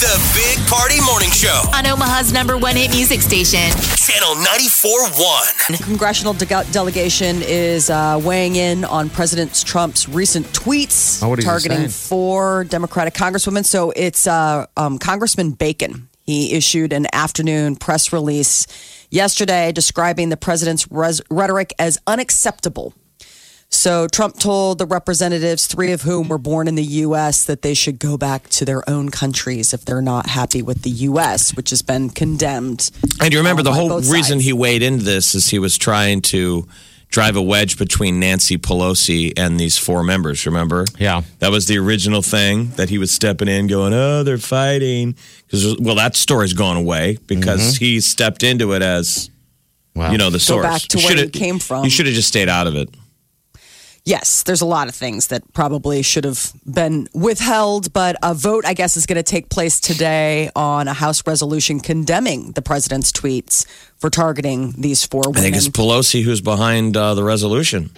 The Big Party Morning Show, on Omaha's number one hit music station. Channel 94.1. Congressional de- delegation is uh, weighing in on President Trump's recent tweets Oh, what is he targeting saying? four Democratic congresswomen. So it's uh, um, Congressman Bacon. He issued an afternoon press release yesterday describing the president's res- rhetoric as unacceptable. So Trump told the representatives, three of whom were born in the U.S., that they should go back to their own countries if they're not happy with the U.S., which has been condemned. And you remember the Oh, on whole both reason sides. he weighed into this is he was trying to drive a wedge between Nancy Pelosi and these four members, remember? Yeah. That was the original thing that he was stepping in going, "Oh, they're fighting." Cuz well, that story's gone away because he stepped into it as Mm-hmm. Wow. you know, the Go source. back to where should've- you came from. You should have just stayed out of it. Yes, there's a lot of things that probably should have been withheld, but a vote, I guess, is going to take place today on a House resolution condemning the president's tweets for targeting these four I think women. it's Pelosi who's behind uh, the resolution.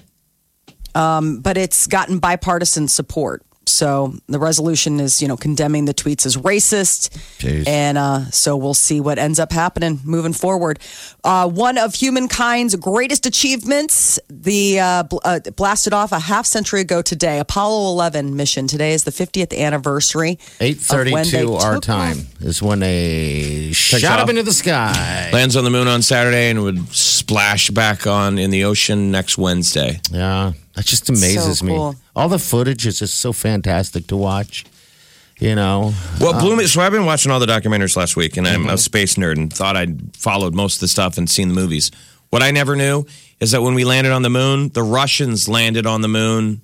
but it's gotten bipartisan support. So the resolution is, you know, condemning the tweets as racist. Jeez. And uh, so we'll see what ends up happening moving forward. Uh, one of humankind's greatest achievements, the uh, bl- uh, blasted off a half century ago today, Apollo 11 mission. Today is the 50th anniversary. Eight of when they thirty-two our took time off. is when they shot off. up into the sky. Lands on the moon on Saturday and would splash back on in the ocean next Wednesday. Yeah, that just amazes cool. me. All the footage is just so fantastic to watch. You know, Well, blew me. So I've been watching all the documentaries last week, and I'm a space nerd and thought I'd followed most of the stuff and seen the movies. What I never knew is that when we landed on the moon, the Russians landed on the moon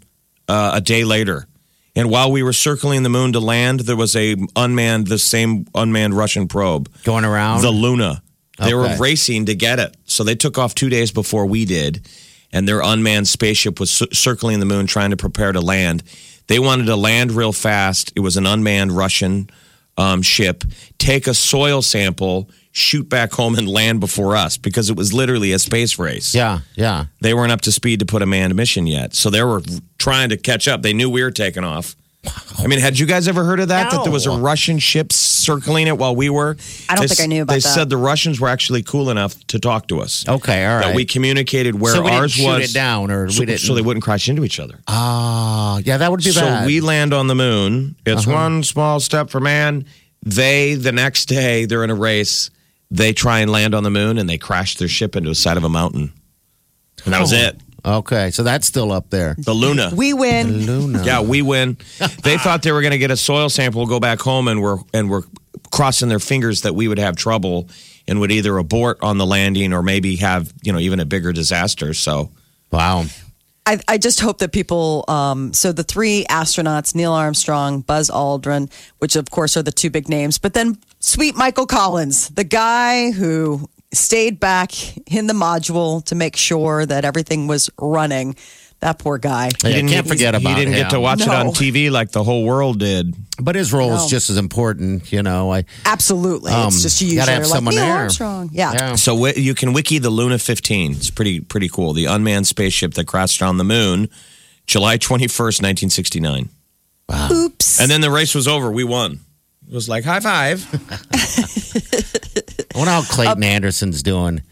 uh, a day later. And while we were circling the moon to land, there was a unmanned, the same unmanned Russian probe, going around. the Luna. They were Okay. racing to get it, so they took off two days before we did, and their unmanned spaceship was cir- circling the moon, trying to prepare to land. They wanted to land real fast. It was an unmanned Russian um, ship. Take a soil sample, shoot back home, and land before us because it was literally a space race. yeah, yeah. They weren't up to speed to put a manned mission yet, so they were trying to catch up. They knew we were taking off. I mean, had you guys ever heard of that? That there was a No. Russian ship circling it while we were. I don't They think I knew about They that. said the Russians were actually cool enough to talk to us. Okay, all That right. we communicated where so we ours didn't shoot was it down, or so, we didn't. so they wouldn't crash into each other. Ah, yeah, that would be so bad. Uh-huh. we land on the moon. It's one small step for man. They the next day they're in a race. They try and land on the moon and they crash their ship into the side of a mountain. And that was Oh. it. okay, so that's still up there. The Luna. We win. Luna. Yeah, we win. They thought they were going to get a soil sample, go back home, and were and were crossing their fingers that we would have trouble and would either abort on the landing or maybe have you know even a bigger disaster. So Wow. I, I just hope that people. Um, so the three astronauts, Neil Armstrong, Buzz Aldrin, which of course are the two big names, but then sweet Michael Collins, the guy who stayed back in the module to make sure that everything was running. That poor guy. Yeah, can't forget he about didn't him. get to watch it on No. TV like the whole world did. But his role No. is just as important, you know. I Absolutely, it's Um, just you usually gotta have are like someone Neil there. Armstrong. Uh, Yeah. yeah. So wi- you can wiki the Luna 15. It's pretty pretty cool. The unmanned spaceship that crashed on the moon, July 21st, 1969. Oops. And then the race was over. We won. It was like high five. I wonder how Clayton Anderson's doing,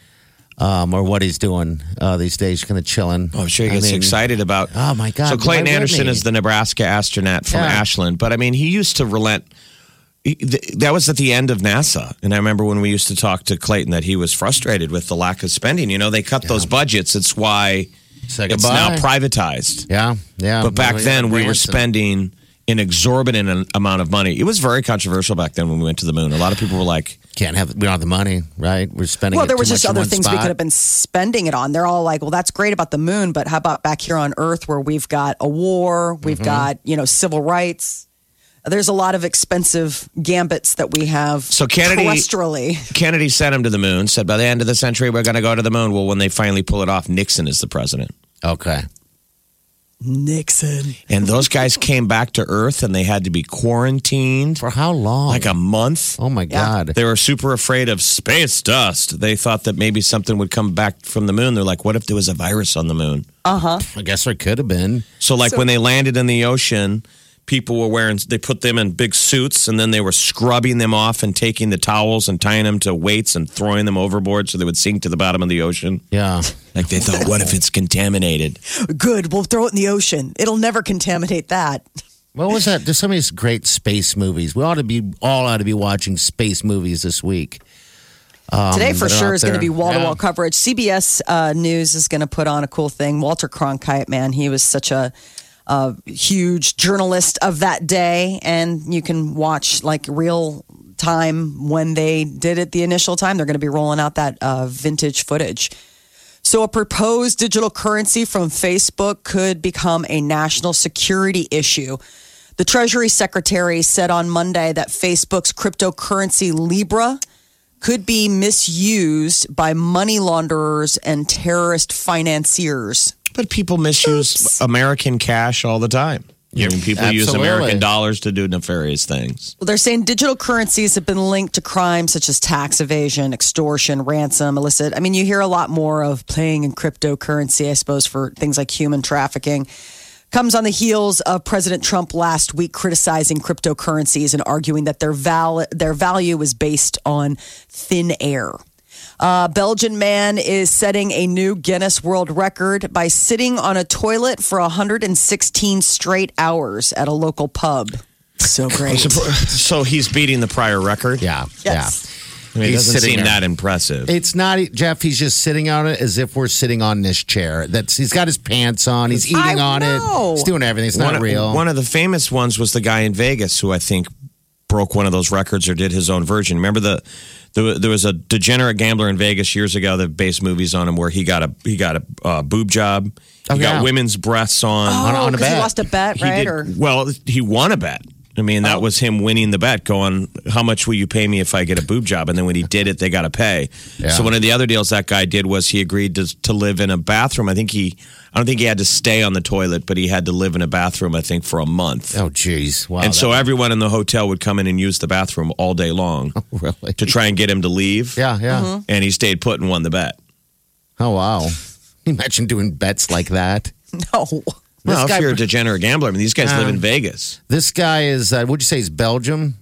um, or what he's doing uh, these days. Kind of chilling. Oh, I'm sure he I gets mean, excited about. Oh, my God. So Clayton Why wouldn't Anderson he? is the Nebraska astronaut from Yeah. Ashland, but I mean, he used to relent. he- th- That was at the end of NASA, and I remember when we used to talk to Clayton that he was frustrated with the lack of spending. You know, they cut those budgets. It's why Say it's goodbye. now privatized. Yeah, yeah. But back Well, yeah, then, we were Branson. spending an exorbitant an- amount of money. It was very controversial back then when we went to the moon. A lot of people were like, Can't have we don't have the money, right? We're spending. Well, it there too was just much in other one things we spot. could have been spending it on. They're all like, well, that's great about the moon, but Mm-hmm. how about back here on Earth where we've got a war, we've got, you know, civil rights? there's a lot of expensive gambits that we have. So Kennedy- terrestrially, Kennedy sent him to the moon, said by the end of the century, we're going to go to the moon. Well, when they finally pull it off, Nixon is the president. Okay. Nixon. And those guys came back to Earth and they had to be quarantined For how long? like a month. oh my God. They were super afraid of space dust. They thought that maybe something would come back from the moon. They're like, what if there was a virus on the moon? Uh-huh. I guess there could have been. So, like when they landed in the ocean, people were wearing, they put them in big suits and then they were scrubbing them off and taking the towels and tying them to weights and throwing them overboard so they would sink to the bottom of the ocean. Yeah. Like they thought, what if it's contaminated? Good. We'll throw it in the ocean. It'll never contaminate that. What was that? There's so many great space movies. We ought to be all ought to be watching space movies this week. Um, Today, for that are sure, out is going to there. be wall to wall Yeah. coverage. CBS uh, News is going to put on a cool thing. Walter Cronkite, man, he was such a, a huge journalist of that day. And you can watch like real time when they did it the initial time. They're going to be rolling out that uh, vintage footage. So, a proposed digital currency from Facebook could become a national security issue. The Treasury Secretary said on Monday that Facebook's cryptocurrency Libra could be misused by money launderers and terrorist financiers. But people misuse American cash all the time. I mean, people use Absolutely. American dollars to do nefarious things. Well, they're saying digital currencies have been linked to crimes such as tax evasion, extortion, ransom, illicit. I mean, you hear a lot more of playing in cryptocurrency, I suppose, for things like human trafficking. Comes on the heels of President Trump last week criticizing cryptocurrencies and arguing that their, val- their value is based on thin air. Uh, Belgian man is setting a new Guinness World Record by sitting on a toilet for 116 straight hours at a local pub. So great. So he's beating the prior record. Yeah. Yes. I mean, it He's doesn't sitting seem there. that impressive. It's not e, Jeff. He's just sitting on it as if we're sitting on this chair. That's he's got his pants on. He's eating I on know. it. He's doing everything. It's not one, of- real. one of the famous ones was the guy in Vegas who I think broke one of those records or did his own version. Remember the there, there was a degenerate gambler in Vegas years ago that based movies on him where he got a he got a uh, boob job. Oh, he yeah. Oh, got women's breasts on on, on a Oh, 'cause he bed. lost a bet, He right? did- Or well, he won a bet. I mean, that was him winning the bet, going, "How much will you pay me if I get a boob job?" And then when he did it, they got to pay. So one of the other deals that guy did was he agreed to to live in a bathroom. I think he, I don't think he had to stay on the toilet, but he had to live in a bathroom. I think for a month. oh, jeez. Wow. and that- so everyone in the hotel would come in and use the bathroom all day long really. to try and get him to leave. Yeah. Yeah. Uh-huh. And he stayed put and won the bet. Oh wow. Imagine doing bets like that. no. This well, guy- if you're a degenerate gambler, I mean, these guys live in Vegas. This guy is. Uh, would you say he's Belgium?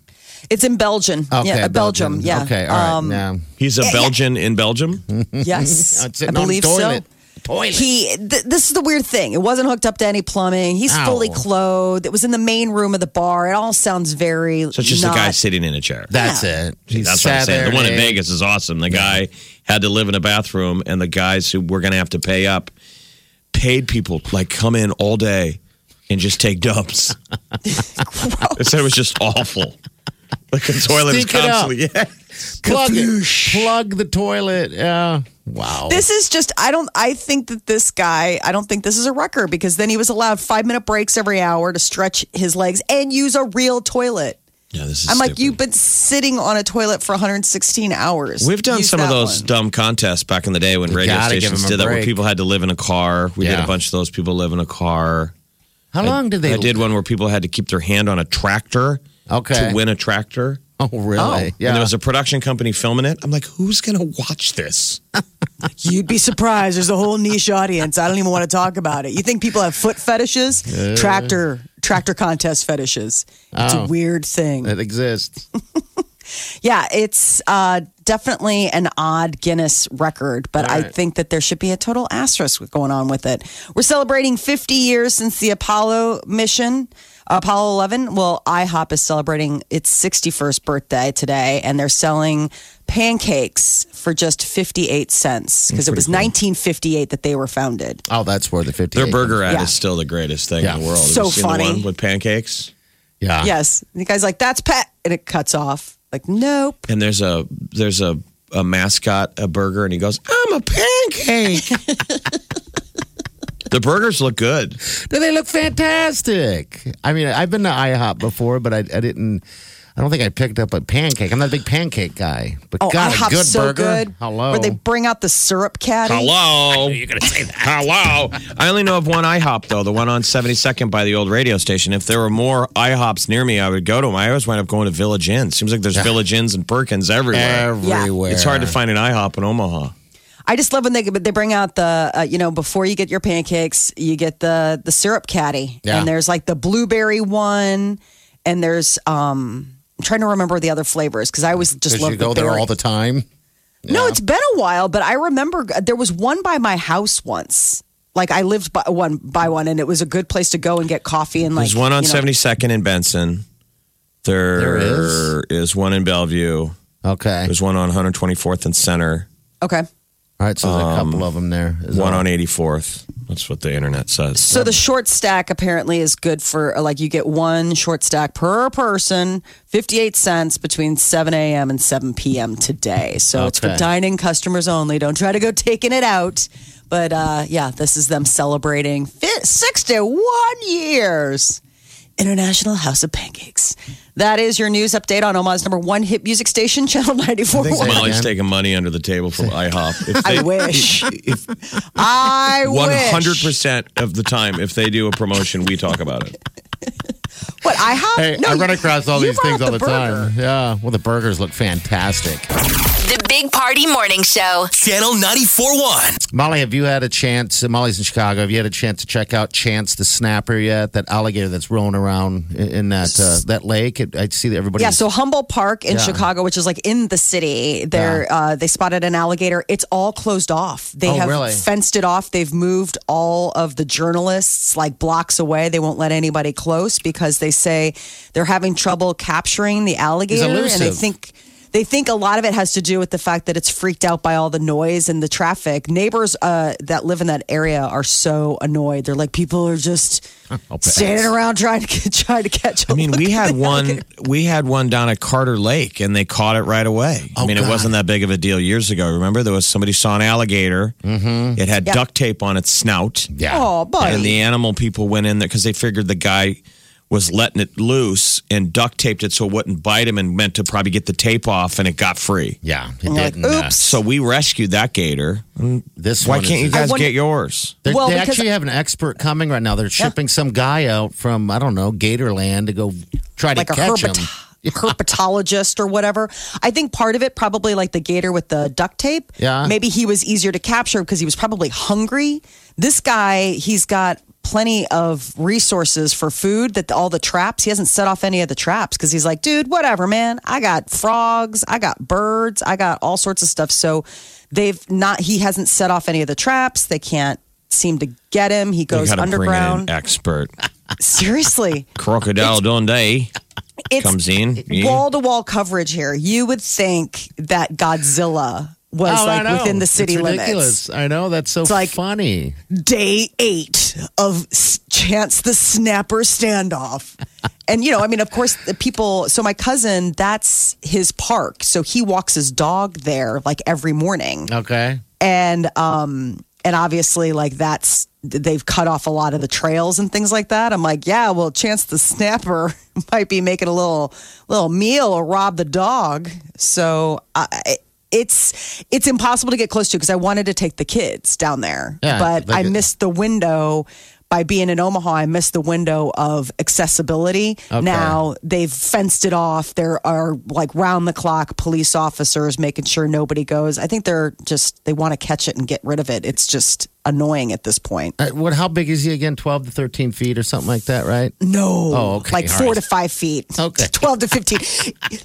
It's in Belgium. Okay. yeah, uh, Belgium. Yeah. Um, Okay. All right. now. He's a Belgian in Belgium. Yes. It's I sitting on believe toilet. so. Toilet. He, th- this is the weird thing. It wasn't hooked up to any plumbing. He's Ow. fully clothed. It was in the main room of the bar. It all sounds very. So it's just not, a guy sitting in a chair. That's Yeah. it. He That's what I'm sat saying. The there one in and ate. Vegas is awesome. The guy had to live in a bathroom, and the guys who were going to have to pay up paid people like come in all day and just take dumps. they said it was just awful. Like the toilet Stink is it up. constantly. Yeah. Plug it. Plug the toilet. Yeah. Wow. This is just. I don't. I think that this guy. I don't think this is a record because then he was allowed five minute breaks every hour to stretch his legs and use a real toilet. yeah, this is. I'm like, you've been sitting on a toilet for 116 hours. We've done Use some of that those one. dumb contests back in the day when radio gotta give stations them a did that, where break. people had to live in a car. We did Yeah. a bunch of those. People live in a car. How long did they? I did one where people had to keep their hand on a tractor Okay. to win a tractor. Oh really? Yeah. And there was a production company filming it. I'm like, who's going to watch this? You'd be surprised. There's a whole niche audience. I don't even want to talk about it. You think people have foot fetishes? Tractor tractor contest fetishes. It's a weird thing. It exists. Yeah, it's uh, definitely an odd Guinness record, but I think that there should be a total asterisk going on with it. We're celebrating 50 years since the Apollo mission. Apollo 11. Well, IHOP is celebrating its 61st birthday today, and they're selling pancakes for just 58 cents because it was 1958 that they were founded. Oh, that's where the fifty. Their burger ad Yeah. is still the greatest thing Yeah. in the world. So Have you seen the funny. one with pancakes. Yeah. Yes. And the guy's like, that's pet. And it cuts off. Like, nope. And there's a there's a, a mascot, a burger, and he goes, I'm a pancake. The burgers look good. Do they look fantastic? I mean, I've been to IHOP before, but I, I didn't. I don't think I picked up a pancake. I'm not a big pancake guy, but Oh, God, IHOP's a good so burger. good. Hello. Where they bring out the syrup caddy. Hello. You're gonna say that. Hello. I only know of one IHOP though, the one on 72nd by the old radio station. If there were more IHOPs near me, I would go to them. I always wind up going to Village Inn. Seems like there's Village Inns and Perkins everywhere. Everywhere. It's hard to find an IHOP in Omaha. I just love when they they bring out the uh, you know before you get your pancakes, you get the the syrup caddy, Yeah. and there's like the blueberry one, and there's um I'm trying to remember the other flavors because I always just 'Cause love you go the there berry. all the time. No, it's been a while, but I remember uh, there was one by my house once. Like I lived by one by one, and it was a good place to go and get coffee and like There's one on you know, 72nd in Benson. There, There is? is one in Bellevue. Okay. There's one on 124th and Center. Okay, All right, so there's a couple of them there. Is Um, One all- on 84th. That's what the internet says. so the short stack apparently is good for uh, like you get one short stack per person, fifty eight cents between seven a.m. and seven p.m. today. So it's for Okay. dining customers only. Don't try to go taking it out. But uh, yeah, this is them celebrating fi- sixty one years. International House of Pancakes. That is your news update on Omaha's number one hit music station, Channel 94. so. One. Molly's taking money under the table from IHOP. If I they- wish. I One hundred wish. percent of the time, if they do a promotion, we talk about it. What, I have? Hey, I run across all you these brought things up all the, burger. time. Yeah. Well, the burgers look fantastic. The Big Party Morning Show. Channel 941. Molly, have you had a chance? uh, Molly's in Chicago. Have you had a chance to check out Chance the Snapper yet? That alligator that's rolling around in, in that uh, that lake. It, I see that everybody. Yeah, so Humboldt Park in Yeah. Chicago, which is like in the city, there uh, they spotted an alligator. It's all closed off. They Oh, have really? fenced it off. They've moved all of the journalists like blocks away. They won't let anybody close because they say they're having trouble capturing the alligator, and they elusive. think. They think a lot of it has to do with the fact that it's freaked out by all the noise and the traffic. Neighbors uh, that live in that area are so annoyed. They're like, people are just standing around trying to get, trying to catch. I mean, we had one. We had one down at Carter Lake, and they caught it right away. I mean, it wasn't that big of a deal years ago. Remember, there was somebody saw an alligator. Mm-hmm. It had duct tape on its snout. Yeah. Oh, buddy. And the animal people went in there because they figured the guy was letting it loose and duct taped it so it wouldn't bite him, and meant to probably get the tape off, and it got free. Yeah. It And you're like, didn't, uh, oops. So we rescued that gator. this Why one can't is- you guys wonder- get yours? They're- Well, they because- actually have an expert coming right now. They're shipping some guy out from I don't know Gatorland to go try to like a catch him. herpet- herpetologist or whatever. I think part of it probably like the gator with the duct tape. Yeah. Maybe he was easier to capture because he was probably hungry. This guy, he's got plenty of resources for food that all the traps he hasn't set off any of the traps because he's like dude whatever man i got frogs i got birds i got all sorts of stuff so they've not he hasn't set off any of the traps they can't seem to get him he goes you gotta Bring in an underground expert. seriously Crocodile Dundee it's comes in. wall to wall coverage here. You would think that Godzilla was Oh, I like know. within the city it's limits. ridiculous. I know that's so like- funny. Day eight of S- Chance the Snapper standoff. And, you know, I mean, of course, the people. So, my cousin, that's his park. So, he walks his dog there like every morning. Okay. and um and obviously like that's they've cut off a lot of the trails and things like that i'm like yeah well chance the snapper might be making a little little meal or rob the dog so I I- it's it's impossible to get close to because i wanted to take the kids down there Yeah, but like i it- missed the window by being in omaha i missed the window of accessibility Okay. now they've fenced it off there are like round the clock police officers making sure nobody goes i think they're just they want to catch it and get rid of it it's just annoying at this point Uh, what? How big is he again? Twelve to thirteen feet or something like that, right? no Oh, okay, like all four right. to five feet Okay. 12 to 15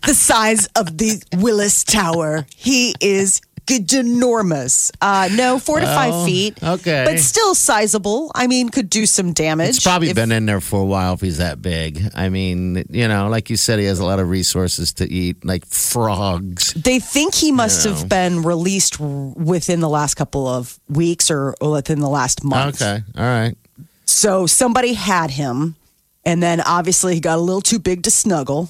the size of the willis tower he is ginormous uh no four to five feet okay. but still sizable i mean could do some damage It's probably if- been in there for a while if he's that big. I mean, you know, like you said, he has a lot of resources to eat, like frogs. They think he must have been released r- within the last couple of weeks or or within the last month. Okay, all right. So somebody had him, and then obviously he got a little too big to snuggle.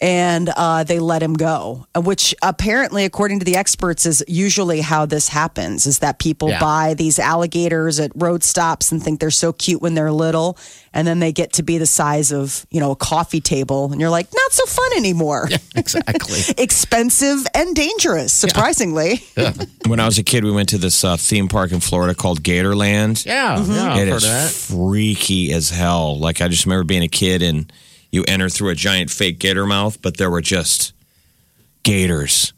and uh, they let him go, uh, which apparently, according to the experts, is usually how this happens: is that people Yeah. buy these alligators at road stops and think they're so cute when they're little, and then they get to be the size of you know a coffee table, and you're like, not so fun anymore. Exactly. Expensive and dangerous, surprisingly. When I was a kid, we went to this uh, theme park in Florida called Gatorland. Yeah, Mm-hmm. yeah, I've It heard is of that. freaky as hell. Like I just remember being a kid and you enter through a giant fake gator mouth, but there were just gators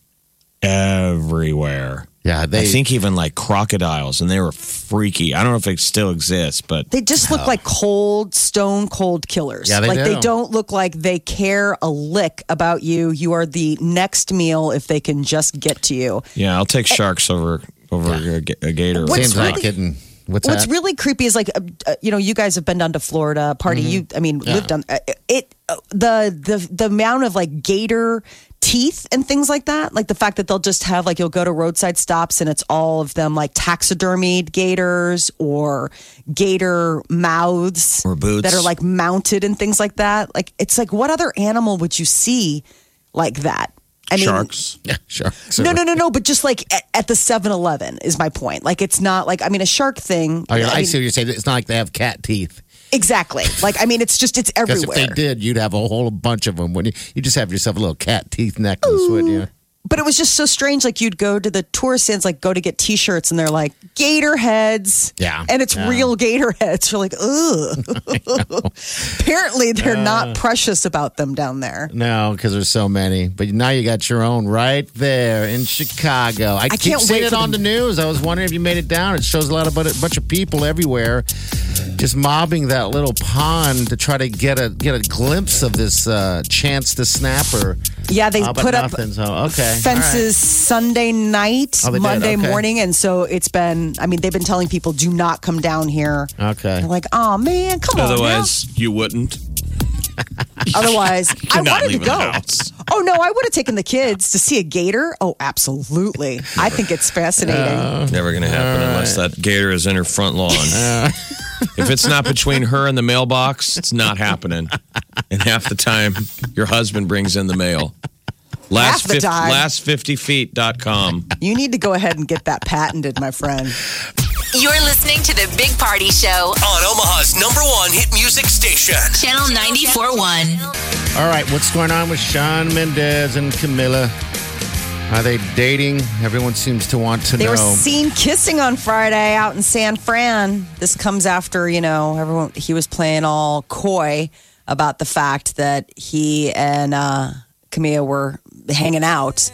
everywhere. Yeah, they I think even like crocodiles, and they were freaky. I don't know if it still exists, but They just look like cold, stone cold killers. Yeah, they like they do. don't look like they care a lick about you. You are the next meal if they can just get to you. yeah, I'll take sharks over over a, ga- a gator. Eh, What's seems like really- it. And what's What's that? really creepy is like, uh, uh, you know, you guys have been down to Florida, party. You, I mean, lived down uh, it. Uh, the the the amount of like gator teeth and things like that, like the fact that they'll just have like you'll go to roadside stops and it's all of them like taxidermied gators or gator mouths Or boots. that are like mounted and things like that. Like it's like what other animal would you see like that? I mean, sharks. yeah, sharks. no, are- no, no, no. But just like at, at the 7 Eleven is my point. Like, it's not like, I mean, a shark thing. Oh, yeah, I, mean, see what you're saying. It's not like they have cat teeth. Exactly. Like, I mean, it's just, it's Because everywhere. if they did, you'd have a whole bunch of them. Wouldn't you? You just have yourself a little cat teeth necklace, wouldn't you? But it was just so strange. Like, you'd go to the tourist stands, like, go to get t shirts, and they're like, gator heads. Yeah. And it's Yeah. real gator heads. You're like, ugh. Apparently, they're Uh. not precious about them down there. No, because there's so many. But now you got your own right there in Chicago. I, keep can't seeing wait it for on the them- news. I was wondering if you made it down. It shows a lot of but a bunch of people everywhere just mobbing that little pond to try to get a get a glimpse of this uh, chance to snapper. Yeah, they Oh, but put up nothing, so, okay, fences Sunday night, Oh, they did, Monday okay. morning, and so it's been. I mean, they've been telling people do not come down here. Okay. They're like, oh man, come on. now." Otherwise, you wouldn't. Otherwise, I You're not wanted to leaving the go. house. Oh no, I would have taken the kids to see a gator. Oh, absolutely. I think it's fascinating. Never going to happen unless that gator is in her front lawn. if it's not between her and the mailbox, it's not happening. And half the time, your husband brings in the mail. Half Last the 50, time. last50feet.com. You need to go ahead and get that patented, my friend. You're listening to the Big Party Show, On Omaha's number one hit music station. Channel 94.1. All right, what's going on with Sean Mendez and Camilla? Are they dating? Everyone seems to want to They know. were seen kissing on Friday out in San Fran. This comes after, you know, everyone, he was playing all coy about the fact that he and uh, Camilla were hanging out.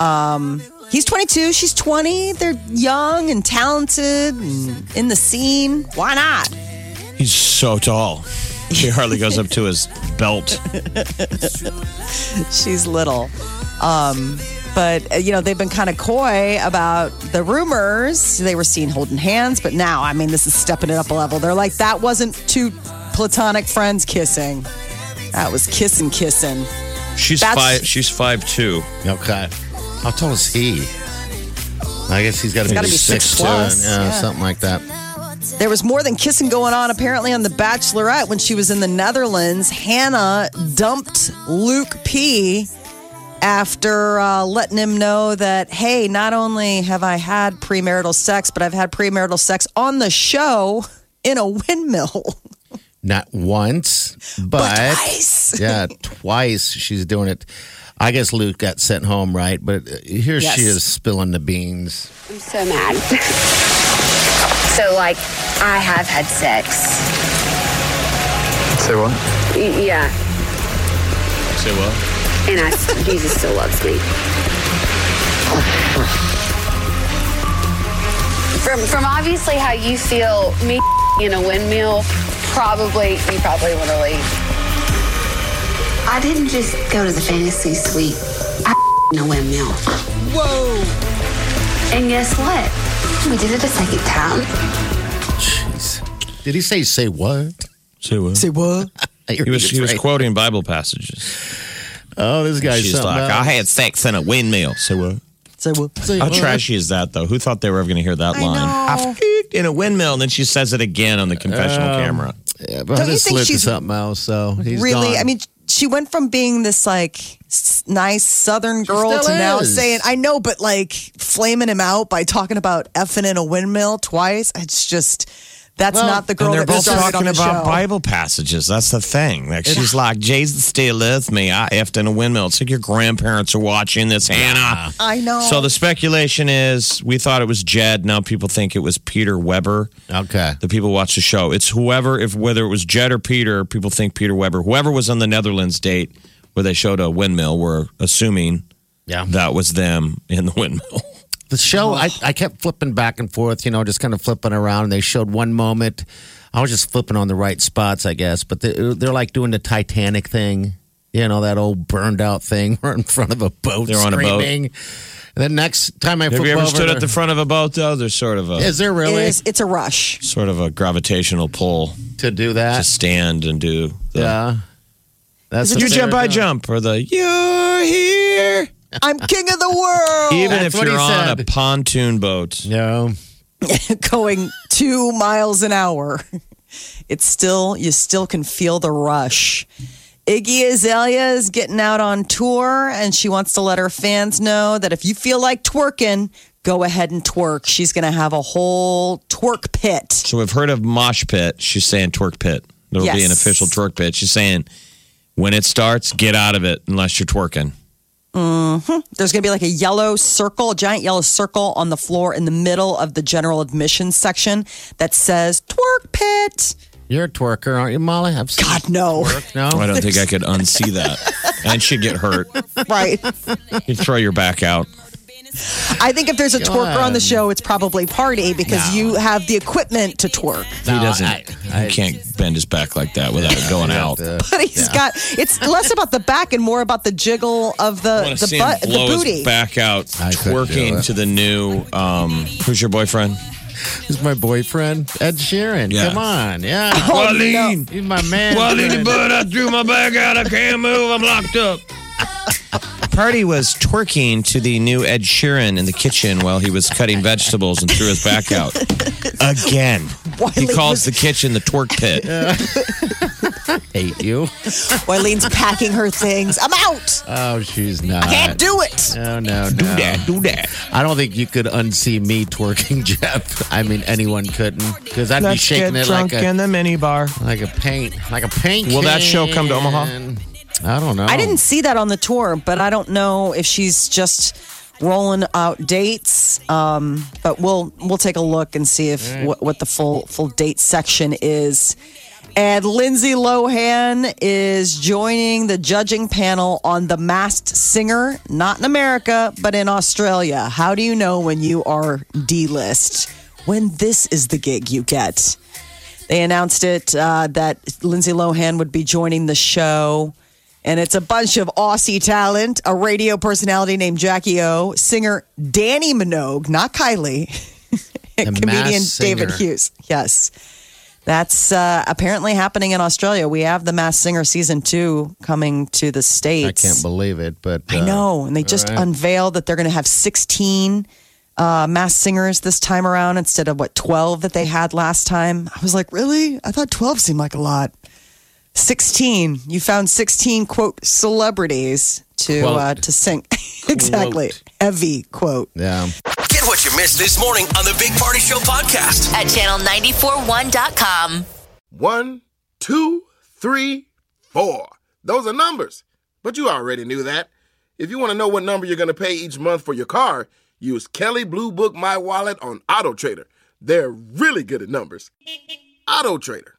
Um, he's 22, she's 20. They're young and talented and in the scene. Why not? He's so tall. He hardly goes up to his belt. She's little. Um, but, uh, you know, they've been kind of coy about the rumors. They were seen holding hands, but now, I mean, this is stepping it up a level. They're like, that wasn't two platonic friends kissing. That was kissing, kissing. She's That's- five. She's five two. Okay. How tall is he? I guess he's got to gotta be be six, six two, plus, yeah, yeah. something like that. There was more than kissing going on apparently on The Bachelorette when she was in the Netherlands. Hannah dumped Luke P after uh, letting him know that, hey, not only have I had premarital sex, but I've had premarital sex on the show in a windmill. Not once, but, Twice. yeah, twice she's doing it. I guess Luke got sent home, right? But uh, here Yes. she is spilling the beans. I'm so mad. so, like, I have had sex. Say what? Y- yeah. Say well. And I, Jesus still loves me. From, from obviously how you feel, me in a windmill, probably, you probably want to leave. I didn't just go to the fantasy suite. I in a windmill. Whoa! And guess what? We did it a second time. Jeez. Did he say, say what? Say well. what? He was he was Right. quoting Bible passages. Oh, this guy's She's something like, I else. had sex in a windmill. Say what? Say what? Say How what? trashy is that, though? Who thought they were ever going to hear that I line? know. I f- in a windmill, and then she says it again on the confessional camera. Yeah, but Don't you this think led to she's something else. So he's really? gone. I mean, she went from being this like s- nice Southern girl to still now is. saying, "I know," but like flaming him out by talking about effing in a windmill twice. It's just that's Well, not the girl and they're that both started talking on the about show. Bible passages. That's the thing. Like she's like, "Jesus still with me." I effed in a windmill. It's like your grandparents are watching this, Hannah. I know. So the speculation is, we thought it was Jed. Now people think it was Peter Weber. Okay. The people watch the show. It's whoever, if whether it was Jed or Peter, people think Peter Weber. Whoever was on the Netherlands date where they showed a windmill, we're assuming Yeah. that was them in the windmill. the show I, Oh. I kept flipping back and forth you know just kind of flipping around and they showed one moment i was just flipping on the right spots i guess but they, they're like doing the titanic thing you know that old burned out thing we're in front of a boat They're on a boat. screaming and the next time i Have flip you ever over stood there- at the front of a boat though? There's sort of a is there It really is, it's a rush. sort of a gravitational pull to do that to stand and do the Uh, yeah that's uh, You what jump, they're I doing. jump, or the you're here. I'm king of the world. Even Oh, That's if what he you're on a said. pontoon boat, no going two miles an hour. It's still, you still can feel the rush. Iggy Azalea is getting out on tour and she wants to let her fans know that if you feel like twerking, go ahead and twerk. She's going to have a whole twerk pit. so we've heard of mosh pit. She's saying twerk pit. There will be an Yes. official twerk pit. She's saying when it starts, get out of it unless you're twerking. There's going to be like a yellow circle, a giant yellow circle on the floor in the middle of the general admissions section that says twerk pit. you're a twerker aren't you molly I've seen God, no. you twerk. no I don't think I could unsee that, and she'd get hurt. Right. You'd throw your back out. I think if there's a twerker on the show, it's probably Party because you have the equipment to twerk. No, he doesn't. I- he can't bend his back like that without it going out. But he's got it's less about the back and more about the jiggle of I the want to the see butt, him the blow booty. his back out, I couldn't do twerking it. to the new. Um, who's your boyfriend? he's my boyfriend ed sheeran Yeah. come on yeah Waleed. he's my man Well, in the friend. butt, I threw my back out. I can't move. I'm locked up. Party was twerking to the new Ed Sheeran in the kitchen while he was cutting vegetables and threw his back out. Again. he Wiley calls the kitchen the twerk pit. hate you Wileen's packing her things. I'm out. Oh, she's not. I Can't do it. No, no, no. Do that. Do that. I don't think you could unsee me twerking, Jeff. I mean, anyone couldn't, because I'd be shaking it like a the minibar. like a paint, like a paint. Will that show come to Omaha? can. I don't know. I didn't see that on the tour, but I don't know if she's just rolling out dates. Um, but we'll we'll take a look and see if what, what the full full date section is. And Lindsay Lohan is joining the judging panel on The Masked Singer, not in America, but in Australia. How do you know when you are D list? When this is the gig you get? They announced it uh, that Lindsay Lohan would be joining the show. And it's a bunch of Aussie talent, a radio personality named Jackie O, singer Danny Minogue, not Kylie, and The comedian Masked David Singer. Hughes. Yes. That's uh, apparently happening in Australia. We have The Masked Singer season two coming to the I States. can't believe it, but uh, I know. And they just unveiled that they're going to have 16 uh, mass singers this time around instead of what, 12 that they had last time. I was like, really? I thought 12 seemed like a lot. 16. You found 16, quote, celebrities to, Quote. uh, to sing. exactly. Quote. Heavy quote. Yeah. Get what you missed this morning on the Big Party Show podcast. at channel941.com. One, two, three, four. Those are numbers. But you already knew that. If you want to know what number you're going to pay each month for your car, use Kelly Blue Book My Wallet on Auto Trader. They're really good at numbers. Auto Trader.